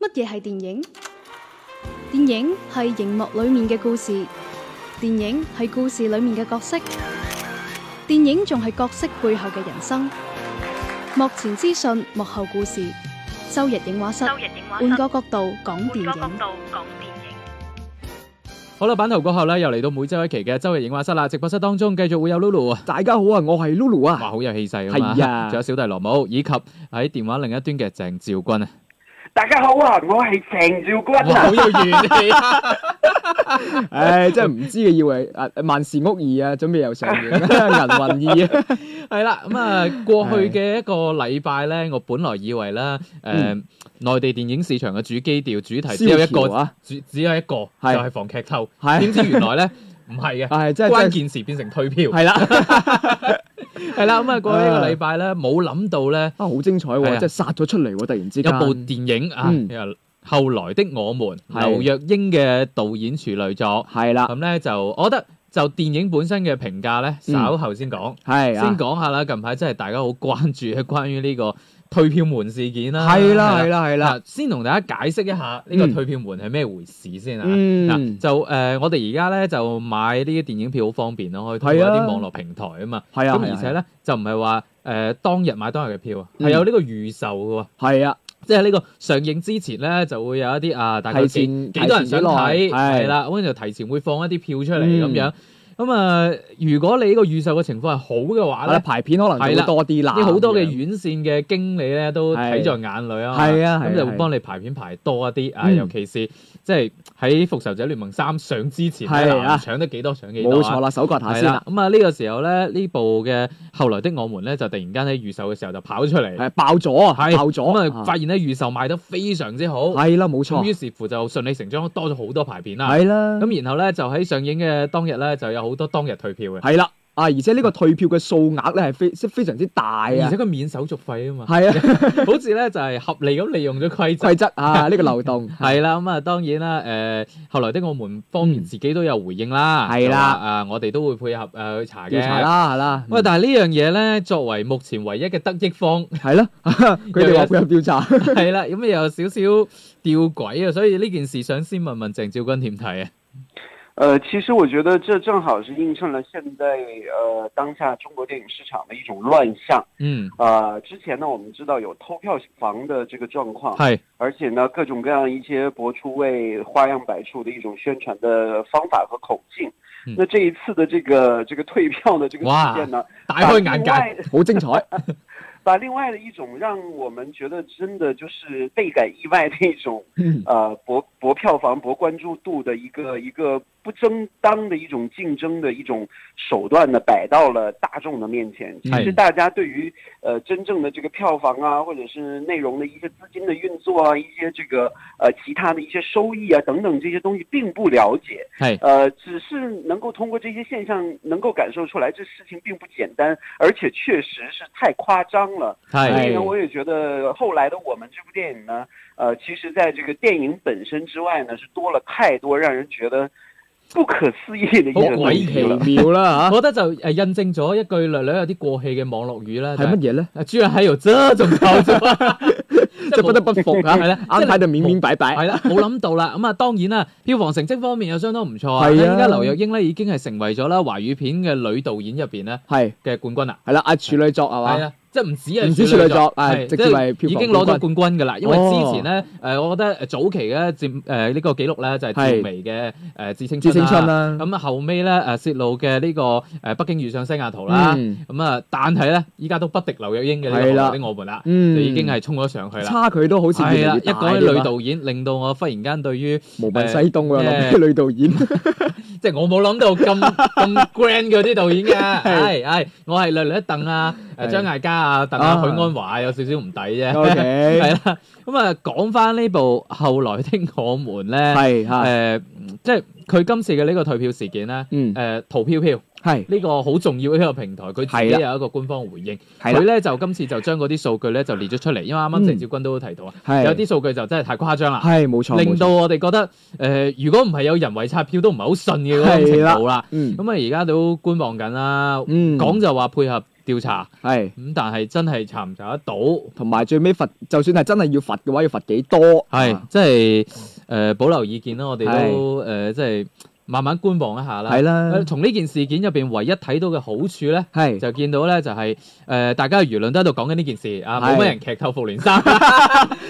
乜嘢係電影？電影係熒幕裏面嘅故事，電影係故事裏面嘅角色，電影仲係角色背後嘅人生。幕前資訊，幕後故事。周日影畫室，周日映畫室換個角度講電換個角影。度講電影。好啦，版頭過後咧，又嚟到每周一期嘅周日影畫室啦。直播室當中繼續會有 Lulu 啊，大家好啊，我係 Lulu 哇，啊，好有氣勢啊嘛。係 啊仲有小弟羅姆，以及喺電話另一端嘅鄭兆 君啊，大家好啊，我係鄭兆君哇，啊好，有元氣啊！唉，真係唔知嘅，以為啊萬事屋二啊，準備又上 映銀魂二啊，係啦，咁啊，過去嘅一個禮拜咧，我本來以為啦，誒，內地電影市場嘅主基調主題只有一蕭個條啊，只只有一個就係係防劇 透，係點知原來咧唔 係嘅，係真係關真係鍵時變成退票，係啦， 係啦，咁啊過去一個禮拜咧，冇諗到咧啊好精彩係啊喎，真係殺咗出嚟喎，突然之有間部電影啊，嗯又後來的我們係劉若英嘅導演處女作，係啦，咁咧就我覺得就電影本身嘅評價咧，嗯稍後先講。係啊先，講下啦，近排真係大家好關注嘅 關於呢個退票門事件啦。係啦，係啦，係係啦，啦，先同大家解釋一下呢個嗯退票門係咩回事先啊。嗱嗯，就誒、呃我哋而家咧就買呢啲電影票好方便咯，可以通過係一啊啲網絡平台啊嘛。係啊，咁而且咧就唔係話誒當日買當日嘅票啊，係嗯有呢個預售嘅喎，係啊，即係呢個上映之前咧就會有一啲啊，大概提幾前幾多人想睇係係啦，啦，咁就提前會放一啲票出嚟咁嗯樣。咁啊，如果你呢個預售嘅情況係好嘅話係啦咧，排片可能係就啦會多啲啦，啲好多嘅咁樣院線嘅經理咧都睇係在眼裏啊嘛。係啊，係啊咁就會係啊幫你排片排多一啲啊，嗯尤其是即係喺《復仇者聯盟三》上之前咧，係啊嗱搶得幾多上幾多冇錯啊。啦，搜刮下係先啦啦，，咁啊呢個時候咧，呢部嘅後來的我們咧就突然間喺預售嘅時候就跑出嚟，係爆咗啊，係爆咗，咁啊發現咧預售賣得非常之好，係啦，冇咁於錯，是啊乎就順理成章多咗好多排片啦。係啦。咁然後咧就喺上映嘅當日咧就有好多當日退票嘅，係啦，啊，而且呢個退票嘅數額咧係非非常之大啊，而且佢免手續費啊嘛，係啊，好似咧就係合理咁利用咗 規則。規則啊，呢個漏洞 係啦，咁啊當然啦，誒、後來的我們方面嗯自己都有回應啦，係啦就話啊我哋都會配合誒、呃去查嘅。調查啦，係啦，喂，但係呢樣嘢咧，作為目前唯一嘅得益 方，係咯，佢哋話配合調查，係啦，咁又有少少吊軌啊，所以呢件事想先問問鄭照君點睇啊？呃，其實我覺得這正好是映襯了現在呃當下中國電影市場的一種亂象。嗯，呃，之前呢，我們知道有偷票房的這個狀哦況，係，而且呢，各種各樣一些博出位、花樣百出的一種宣傳的方法和口徑。嗯那這一次的這個這個退票的這個哇事件呢，大開眼把另界，外 好精彩，把另外的一種讓我們覺得真的就是倍感意外的一種嗯， 呃博博票房、博關注度的一个一个不正当的一种竞争的一种手段呢，摆到了大众的面前。其哎实大家对于呃真正的这个票房啊，或者是内容的一些资金的运作啊，一些这个呃其他的一些收益啊等等这些东西并不了解。係，呃，只是能够通过这些现象能够感受出来，这事情并不简单，而且确实是太夸张了。所以係，呢，我也觉得后来的我们这部电影呢，呃，其实在这个电影本身之外呢，是多了太多让人觉得不可思议的一好些詭东異西奇奇了。妙啦我覺得就誒印證咗一句略略有啲過氣嘅網絡語啦，嚇，係乜嘢咧？啊，居然喺度遮仲搞啫，即 即係不得不服 啊，係啦啱睇就面面擺係擺，啦，冇諗到啦。咁啊，當然啦，票房成績方面又相當唔錯啊。係啊而家劉若英咧已經係成為咗啦華語片嘅女導演入邊咧係嘅冠軍啦。係啦，啊處女作係係嘛，啊，即係唔止係唔止處處女女作，作，係係直即接係係已票經房攞咗冠軍，冠軍㗎啦。因為之哦前咧，誒，我覺得早期咧佔誒呢個紀錄咧就係趙係薇嘅誒《致青致青春春》啦。啦，咁啊，後尾咧誒泄露嘅呢個誒北京遇上西雅圖啦。嗯咁啊，但係咧，依家都不敵劉若英嘅呢個係啦《我們》啦，嗯就已經係衝咗上去啦。差距都好似係越嚟啦，越一大講起添啊女導演，令到我忽然間對於無問西東啊，誒諗起女導演，即係我冇諗到 咁咁 grand 嗰啲導演嘅，係係，我係略略一凳啊，誒係張艾嘉啊，鄧啊啊許鞍華有少少唔抵啫， 係 OK，啦。咁啊，講翻呢部後來的我們咧，係啊嚇，誒，即係佢今次嘅呢個退票事件咧。嗯，誒淘票票係呢個好重要嘅一個平台，佢自己係有一個官方回應，係佢啦，咧就今次就將嗰啲數據咧就列咗出嚟，因為啱啱鄭少君都提到啊，係有啲數據就真係太誇張啦，係冇錯，令冇錯到我哋覺得誒、呃如果唔係有人為刷票，都唔係好信嘅嗰種程度啦。嗯咁啊，而家都觀望緊啦。嗯講就話配合調查，係咁但係真係查唔查得到？同埋最尾罰，就算係真係要罰嘅話，要罰幾多？係啊即係誒保留意見啦，我哋都誒即係慢慢觀望一下啦。係啦誒，，從呢件事件入邊唯一睇到嘅好處咧。係就見到咧，就係、呃大家嘅輿論都喺度講緊呢件事啊，係冇乜人劇透《復聯 三》，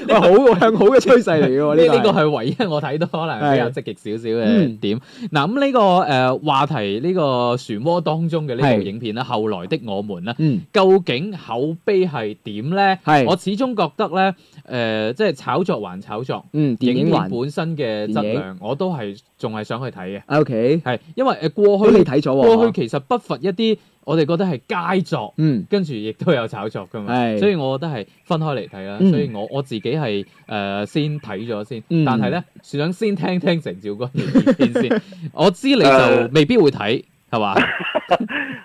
喂好向好嘅趨勢嚟嘅喎，呢呢個個係係唯一我睇到可能比較係積極少少嗯嘅點。嗱咁呢個誒、呃、話題呢、個漩渦當中嘅呢部係影片啦，《後來的我們》啦，嗯究竟口碑係點咧？我係始終覺得咧，誒、即係炒作還炒作，嗯電影片環本身嘅質電影量我都係仲係想去睇嘅， O K，係因為誒過啊都你去睇咗喎，過去其實不乏一啲我哋覺得係佳作。嗯跟住亦都有炒作噶嘛，係所以我覺得係分開嚟睇啦。嗯所以我我自己係誒、呃先睇咗先，嗯但係咧想先聽聽成照君嘅意見先。 我知你就呃未必會睇，係嘛？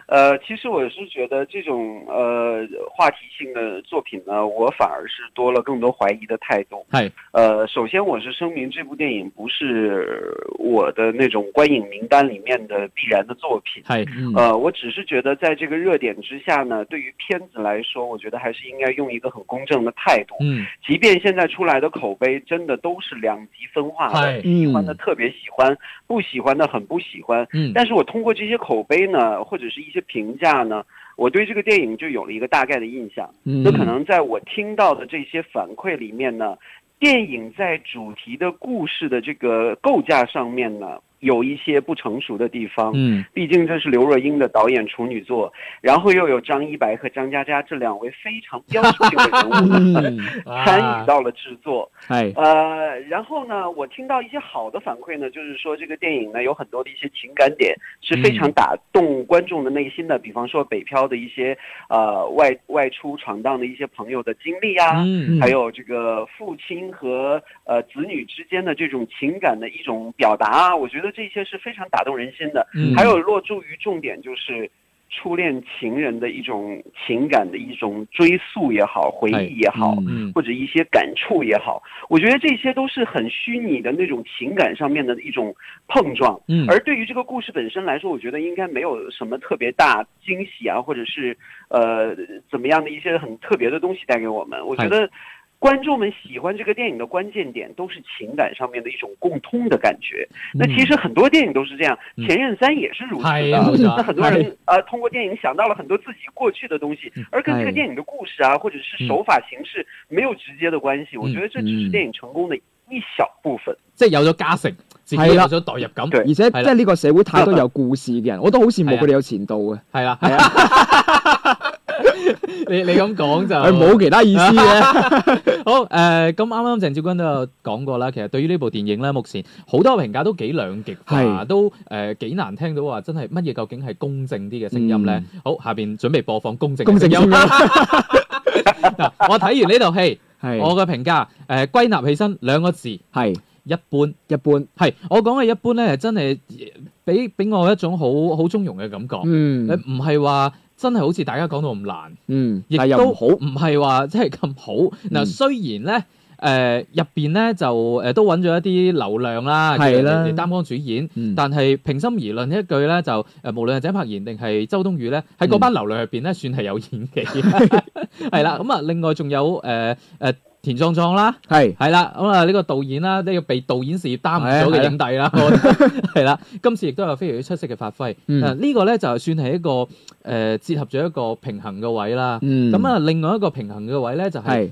呃，其实我是觉得这种呃话题性的作品呢，我反而是多了更多怀疑的态度。係呃，首先我是声明，这部电影不是我的那种观影名单里面的必然的作品。係嗯呃，我只是觉得在这个热点之下呢，对于片子来说，我觉得还是应该用一个很公正的态度。嗯即便现在出来的口碑真的都是两极分化的，係喜欢嗯的特别喜欢，不喜欢的很不喜欢。嗯但是我通过这些口碑呢，或者是一些评价呢，我对这个电影就有了一个大概的印象。嗯有可能在我听到的这些反馈里面呢，电影在主题的故事的这个构架上面呢，有一些不成熟的地方。嗯毕竟这是刘若英的导演处女作，然后又有张一白和张嘉佳这两位非常标志性的人 物嗯参啊与到了制作。係呃，然后呢，我听到一些好的反馈呢，就是说这个电影呢有很多的一些情感点是非嗯常打动观众的内心的，比方说北漂的一些呃外外出闯荡的一些朋友的经历啊。嗯还有这个父亲和呃子女之间的这种情感的一种表达啊，我觉得这些是非常打动人心的。嗯还有落注于重点就是初恋情人的一种情感的一种追溯也好，回忆也好，嗯或者一些感触也好，我觉得这些都是很虚拟的那种情感上面的一种碰撞。嗯而对于这个故事本身来说，我觉得应该没有什么特别大惊喜啊，或者是呃怎么样的一些很特别的东西带给我嗯们。我觉得观众们喜欢这个电影的关键点都是情感上面的一种共通的感觉。那其实很多电影都是这样，嗯前任三》也是如此係啊的。冇啊那啊 錯，很多人呃通过电影想到了很多自己过去的东西嗯，而跟这个哎电影的故事啊，或者是手法形式没有直接的关系。我觉得这只是嗯电影成功的一小部分。即係有咗加成，自己係有啦咗代入感，對而且即係啦啊係呢個社會太多有故事嘅人，我都好羨慕佢哋有前途嘅，係 啦。 係啊，你你咁講就佢冇其他意思啊 嘅，好誒，呃咁啱啱鄭少君都有講過啦。其實對於呢部電影咧，目前好多評價都幾兩極化，係都誒幾難聽到話真係乜嘢究竟係公正啲嘅聲音咧。好，下邊準備播放公正嘅嗯公正聲先音。啦， 嗱，我睇完呢套戲，我係嘅評價誒歸納起身兩個字，係一般。一般，係我講嘅一般咧，係真係俾俾我一種好好中庸嘅感覺。誒嗯唔係話真係好似大家講到咁難。嗯，亦但又都唔好，唔係話即係咁好。嗱、嗯雖然咧。誒入邊咧就誒、都揾咗一啲流量啦，係啦嚟嚟擔綱主演，嗯但係平心而論一句咧就誒、無論係井柏然定係周冬雨咧，喺嗰班流量入邊咧算係有演技， 係啦。咁啊，另外仲有誒誒田壯壯啦，係係啦，咁啊呢個導演啦，呢、個被導演事業耽誤咗係啊係嘅啊影帝 啦，我覺得係啦，今次亦都有非常之出色嘅發揮。嗯啊呢個咧就算係一個誒、結合咗一個平衡嘅位啦。嗯咁啊，另外一個平衡嘅位咧就係係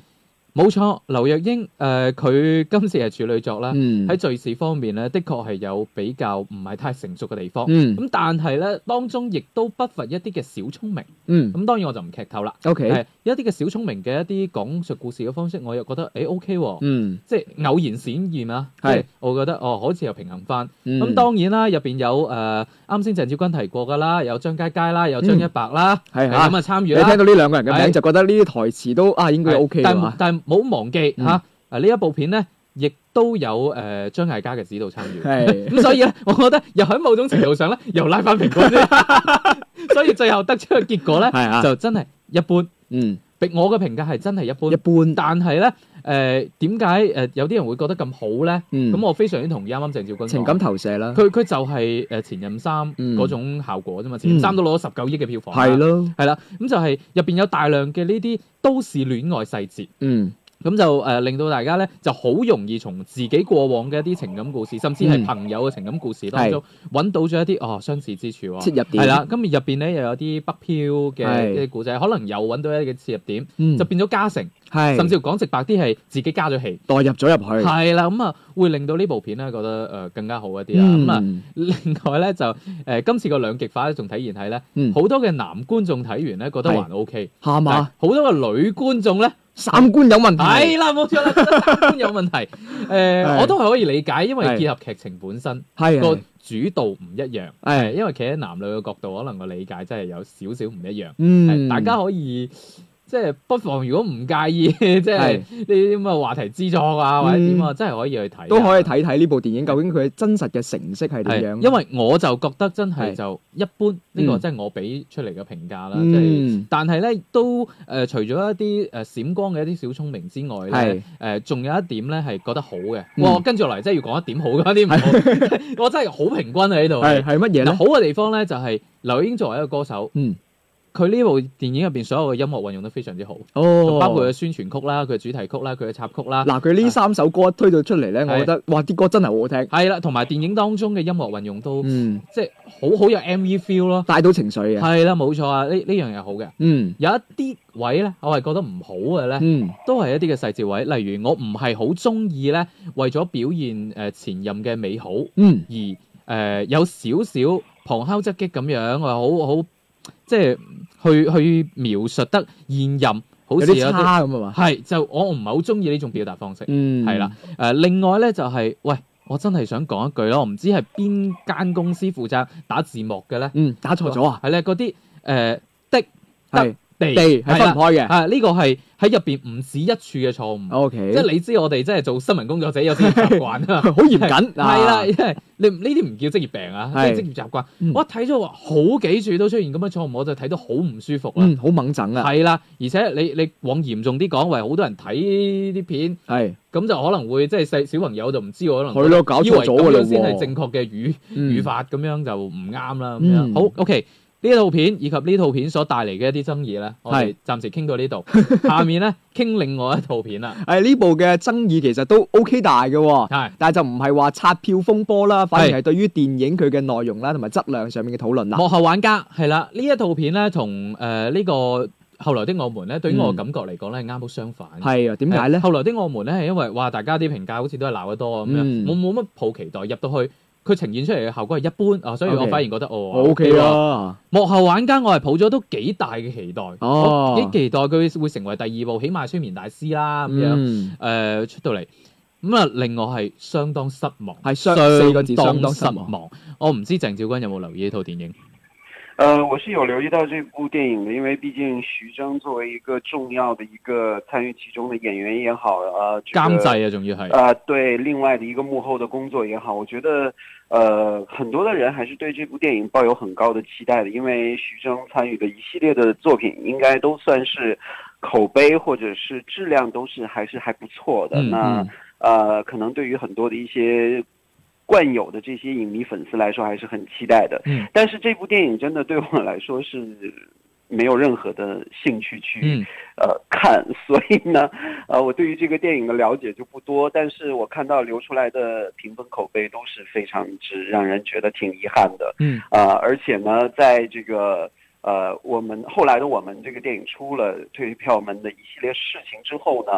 冇錯，劉若英誒佢今次係處女作啦，嗯喺敘事方面咧，的確係有比較唔係太成熟嘅地方。嗯咁但係咧，當中亦都不乏一啲嘅小聰明。嗯咁當然我就唔劇透啦。 ，OK，係一啲嘅小聰明嘅一啲講述故事嘅方式，我又覺得誒 OK 喎，嗯即係偶然閃現啊！即係係我覺得哦，好似又平衡翻。嗯，咁當然啦，入邊有誒啱先鄭少君提過㗎啦，有張佳佳啦，有張一白啦，係係嚇咁啊參你與啦。聽到呢兩個人嘅係名就覺得呢啲台詞都啊應該係 OK 但嘅嘛，但冇忘記嗯嚇，啊呢一部片咧，亦都有誒張艾嘉嘅指導參與。係咁所以咧，我覺得又喺某種程度 上咧，又拉 翻平均啫。所以最後得出嘅結果咧，係啊，就真係一般。嗯我嘅評價係真係一般一，般，但係咧誒點解誒有啲人會覺得咁好咧？嗯，咁、我非常之同意啱啱鄭少君講情感投射啦，佢佢就係誒前任三嗯嗰種效果啫嘛，前任三都攞咗十九億嘅票房啦，係咯，係啦，咁就係入邊有大量嘅呢啲都市戀愛細節，嗯咁就誒、呃令到大家咧就好容易從自己過往嘅一啲情感故事，甚至係嗯朋友嘅情感故事當中揾到咗一啲哦相似之處喎。切入點係啦，咁而入邊咧又有啲北漂嘅係嘅故仔，可能又揾到一啲切入點，嗯就變咗加成，係甚至乎講直白啲係自己加咗戲，代入咗入去，係啦，咁啊會令到呢部片咧覺得誒、呃更加好一啲啦。咁啊、 嗯另外咧就誒、呃今次個兩極化咧仲體現喺咧嗯，好多嘅男觀眾睇完咧覺得還 O K，係但係嘛，好多嘅女觀眾咧。三觀有問題，係啦，冇錯啦，覺得三觀有問題。誒、係我都係可以理解，因為係結合劇情本身係個係主導唔一樣。誒，係，因為企喺男女嘅角度，可能個理解真係有少少唔一樣。係嗯，大家可以即係不妨，如果唔介意， 即係係呢啲咁嘅話題之作啊，或者點啊，真係可以去睇啊。都可以睇睇呢部電影究竟佢真實嘅成色係點係，樣，因為我就覺得真係係就一般，呢個嗯即係我俾出嚟嘅評價啦，即係。嗯但係咧，都誒、呃除咗一啲誒、呃、閃光嘅一啲小聰明之外咧係，誒仲、有一點咧係覺得好嘅。嗯哇！跟住落嚟真係要講一點好嘅， 一啲唔好，我真係好平均啊喺度。係係乜嘢嗱咧？好嘅地方咧就係、劉英作為一個歌手，嗯，佢呢部電影入邊所有嘅音樂運用得非常之好，哦，包括佢嘅宣傳曲啦、佢嘅主題曲啦、佢嘅插曲啦。嗱，佢呢三首歌一推到出嚟咧，啊係我覺得哇，啲歌真係好好聽，係啦，同埋電影當中嘅音樂運用都、嗯，即係好好有 MV feel 咯。帶到情緒嘅，係啦，冇錯啊，呢呢樣嘢好嘅。嗯有一啲位咧，我係覺得唔好嘅咧，嗯，都係一啲嘅細節位，例如我唔係好中意咧，為咗表現誒前任嘅美好，而嗯誒、呃有少少旁敲側擊咁樣，我好好即係去去描述得現任好有似啲有啲差咁啊嘛，係就我我唔係好中意呢種表達方式。誒、嗯，係啦，呃另外咧就係、喂，我真係想講一句咯，我唔知係邊間公司負責打字幕嘅咧，嗯，打錯咗啊，係咧嗰啲誒的係地地係係啦分唔開嘅啊！呢個係喺入邊唔止一處嘅錯誤， ，O K，即係你知我哋真係做新聞工作者有啲習慣啊。 好嚴謹，係啦，啊因為你唔呢啲唔叫職業病啊，呢係啲職業習慣。嗯我一睇咗話好幾處都出現咁嘅錯誤，我就睇到好唔舒服啦。嗯，好猛整啊，係啦，而且你你往嚴重啲講，喂，好多人睇啲片，係，咁就可能會即係細小朋友就唔知喎，可能佢咯，搞以錯為咗㗎咁啦樣先係喎，正確嘅語語嗯，法，咁樣就唔啱啦。咁嗯樣好 OK。呢套片以及呢套片所帶嚟嘅一啲爭議咧，我哋係暫時傾到呢度。下面咧傾另外一套片 啦，係呢部嘅爭議其實都 O K 大嘅喎。係但係就唔係話刷票風波啦，反而係係對於電影佢嘅內容啦同埋質量上面嘅討論啦。幕後玩家係啦。呢一套片咧同誒呢個後來的我們咧，對於我嘅感覺嚟講咧，係啱好相反。嗯係啊，點解咧？後來的我們咧係因為哇，大家啲評價好似都係鬧得多啊咁樣，嗯我冇乜抱期待，入到去佢呈現出嚟嘅效果係一般啊，所以我 OK 啊反而覺得哦我 O K 喎啦，幕後玩家我係抱咗都幾大嘅期待，哦我幾期待佢會成為第二部起碼催眠大師啦咁樣，誒、嗯，出到嚟，咁啊令我係相當失望，係相四個字相相當當失失望。望。我唔知鄭少君有冇留意呢套電影？呃，我是有留意到这部电影的，因为毕竟徐峥作为一个重要的一个参与其中的演员也好，呃，这个監製啊，仲要係，呃，对另外的一个幕后的工作也好，我觉得呃，很多的人还是对这部电影抱有很高的期待的，因为徐峥参与的一系列的作品，应该都算是口碑或者是质量都是还是还不错的。嗯那、嗯呃，可能对于很多的一些惯有的这些影迷粉丝来说，还是很期待的。嗯但是这部电影真的对我来说是没有任何的兴趣去、嗯呃 看，所以呢，呃，我对于这个电影的了解就不多，但是我看到流出来的评分口碑都是非常之让人觉得挺遗憾的。嗯，呃，而且呢，在这个呃，我们后来的我们这个电影出了退票门的一系列事情之后呢，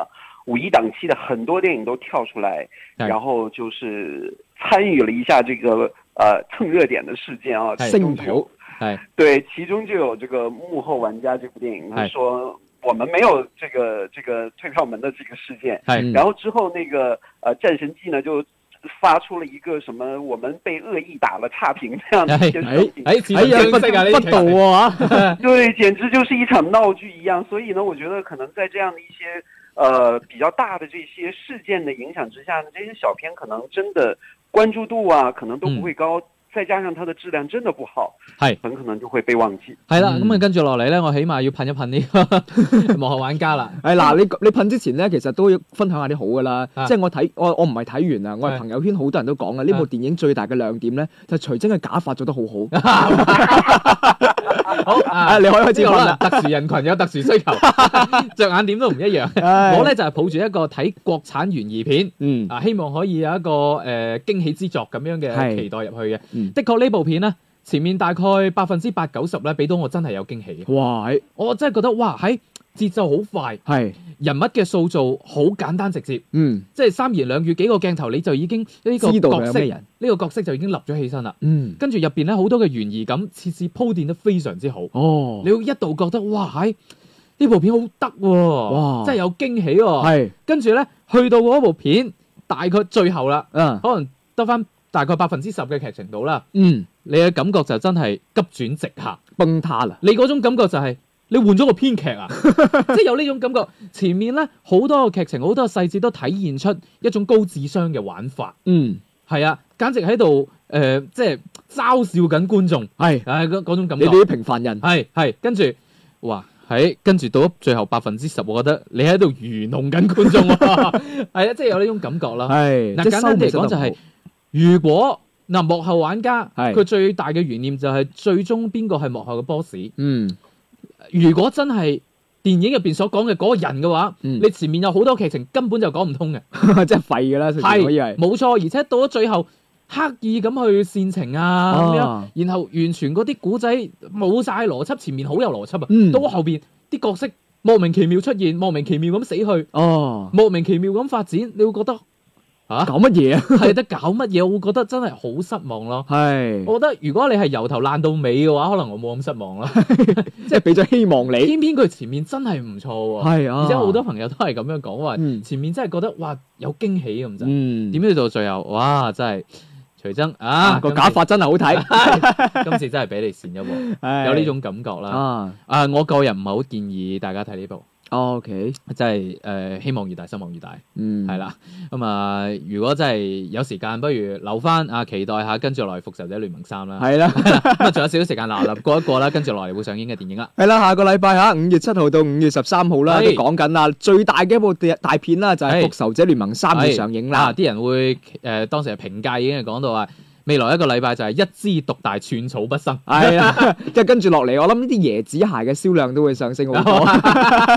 五一档期的很多电影都跳出来，哎然后就是参与了一下这个呃蹭热点的事件啊，哎其中星就球係对，其中就有这个《幕后玩家》这部电影，他哎说我们没有这个这个退票门的这个事件，係嗯然后之后那个呃《战神纪》呢就发出了一个什么我们被恶意打了差评这样的一些係声明，誒似 哎曾呀，相不識啊呢不道啲嗯劇喎 嚇！对，简直就是一场闹剧一样。所以呢，我觉得可能在这样的一些呃比较大的这些嗯事件的影响之下呢，这些小片可能真的关注度啊，可能都不会高。再加上它的质量真的不好，係很可能就会被忘记。係啦，嗯咁啊跟住落嚟咧，我起碼要噴一噴呢個 幕後玩家啦。係哎嗱，你你噴之前咧，其實都要分享下啲好噶啦。啊即係我睇我我唔係睇完啊，我係係朋友圈好多人都講啊，呢部電影最大嘅亮點咧，就係徐峥嘅假髮做得好好。好 啊啊，， 你可以開始呢個講可能啦。特殊人群有特殊需求， 着眼點都唔一樣。我我咧就係抱住一個睇國產懸疑片。嗯啊，希望可以有一個誒、呃、驚喜之作咁樣嘅係期待入去嘅。嗯的確呢部片呢，前面大概百分之八九十咧，俾到我真係有驚喜嘅。哇係我真係覺得哇，喺、節奏好快，係人物嘅塑造好簡單直接，嗯即係三言兩語幾個鏡頭你就已經呢個知道佢角有色咩呢人個角色就已經立咗起身啦。嗯跟住入邊咧好多嘅懸疑感設置鋪墊得非常之好，哦你會一度覺得哇喺呢部片好得喎，哇真係有驚喜喎、係跟住咧去到嗰部片大概最後啦。嗯可能得翻大概百分之十嘅劇情度啦。嗯你嘅感覺就真係急轉直下，崩塌啦你嗰種感覺就係、你換咗個編劇 啊，即係有呢種感覺。前面咧好多個劇情、好多個細節都體現出一種高智商嘅玩法，嗯係啊，簡直喺度誒，即係嘲笑緊觀眾，係唉、嗰嗰種感你覺哋啲平凡人係係。跟住哇，喺跟住到最後百分之十，我覺得你喺度愚弄緊觀眾喎， 係啊，即係有呢種感覺啦。係嗱即簡係收單尾地講收得就唔係好如果嗱幕後玩家，係佢最大嘅懸念就係最終邊個係幕後嘅 boss。嗯如果真係電影入邊所講嘅嗰個人嘅話，嗯你前面有好多劇情根本就講唔 通嘅，即係廢㗎啦，直情可以係冇錯。而且到咗最後刻意咁去煽情啊咁樣，啊然後完全嗰啲古仔冇晒邏輯，前面好有邏輯啊，嗯到後邊啲角色莫名其妙出現，莫名其妙咁死去，哦莫名其妙咁發展，你會覺得啊搞乜嘢啊係得搞乜嘢？我會覺得真係好失望 咯。係我覺得如果你係由頭爛到尾嘅話，可能我冇咁失望啦。即係俾咗希望你偏偏佢前面真係唔錯喎，係啊而且好多朋友都係咁樣講話，嗯前面真係覺得哇有驚喜咁滯，嗯點知到最後哇真係徐峥啊啊個假髮真係好睇髮， 今次真係俾你跣咗喎， 係有呢種感覺啦。啊啊，我個人唔係好建議大家睇呢部，À, OK Ừ. 真係誒希望越大失望越大。嗯係啦，咁啊，如果真係有時間，不如留翻啊，期待下跟住落嚟《復仇者聯盟三》啦。係啦。 咁啊，仲有少少時間，嗱，立過一個啦，跟住落嚟會上映嘅電影啦。系啦，下個禮拜吓，五月七號到五月十三號啦，都係講緊啦，最大嘅一部電大片啦，就係係《復仇者聯盟三》要上映啊啦。啲人會誒、呃、當時係評價已經係講到話，未來一個禮拜就係一枝獨大，寸草不生。係 啊，即係跟住落嚟，我諗呢啲椰子鞋嘅銷量都會上升好 多。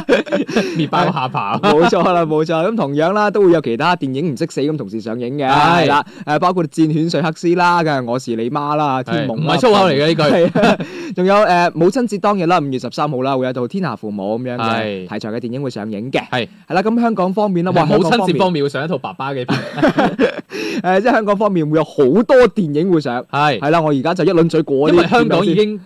滅霸個下巴。冇錯啦，冇錯。咁同樣啦，都會有其他電影唔識死咁同時上映嘅，係係啦，誒包括《戰犬瑞克斯》啦，嘅《我是你媽》啦，《 天係夢》唔啦 係粗口嚟嘅呢句，係啊仲有誒母親節當日啦，五月十三號啦，會有套《天下父母》咁樣係嘅題材嘅電影會上映嘅。係係啦，咁香港方面啦，哇，母香親港節方面會上一套爸爸嘅片，誒，即係香港方面會有好多電影會上。係係啦，我而家就一輪嘴過呢因啲為香港已片經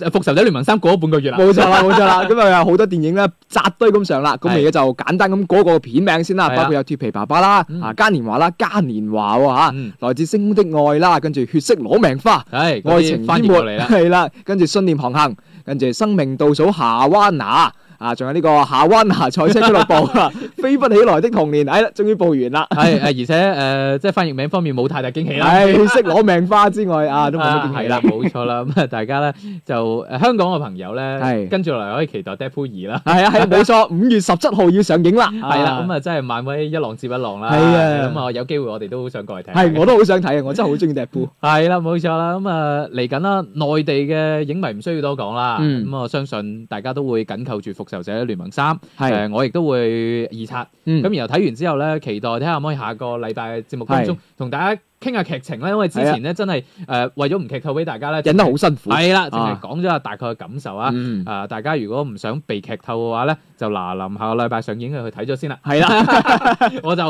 《復仇者聯盟三》過咗半個月啦。 冇 錯啦，冇錯啦，咁啊有好多電影咧扎堆咁上啦，咁係而家就簡單咁嗰個片名先啦，係啦包括有《脱皮爸爸》啦，嗯啊嘉年華啦，嘉年華喎嚇嗯，來自星空的愛啦，跟住血色攞命花，係嗰啲愛情翻淹譯沒過嚟啦。 係啦，跟住信念航行，跟住生命倒數夏灣拿。啊，仲有呢個夏灣拿賽車俱樂 部啊，飛不起來的童年，哎啦，終於報完啦，係誒，而且誒、呃即係翻譯名方面冇太大驚喜啦。唉，血色攞命花之外啊，都冇啊乜驚係喜啦，啦，冇錯啦。咁啊，大家咧就誒香港嘅朋友咧，係跟住落嚟可以期待 Deadpool 二啦。係啊，係啊冇錯，五月十七號要上映 啦，係係啦，咁啊真係漫威一浪接一浪啦。係啊咁啊有機會我哋都想過去睇下。係，我都好想睇啊！我真係好中意 d e a d 係啦，冇錯啦。咁啊嚟緊啦，內地嘅影迷唔需要多講啦。嗯咁我相信大家都會緊扣住《復仇者聯盟三》。誒，我亦都會二刷。嗯咁然後睇完之後咧，期待睇下可唔可以下個禮拜嘅節目當中同大家傾下劇情咧，因為之前咧真係誒為咗唔劇透俾大家咧，忍得好辛苦。係啦，淨係啊講咗下大概嘅感受啊。嗯，啊、大家如果唔想被劇透嘅話咧，就嗱臨下個禮拜上映嘅去睇咗先啦。係啦，我就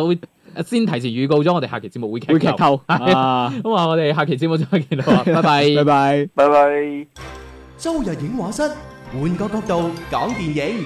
呃先提前預告咗，我哋下期節目會劇 會劇透。透啊！咁啊，我哋下期節目再見啦， 啊拜拜。 拜拜。拜拜。周日影畫室，換個角度講電影。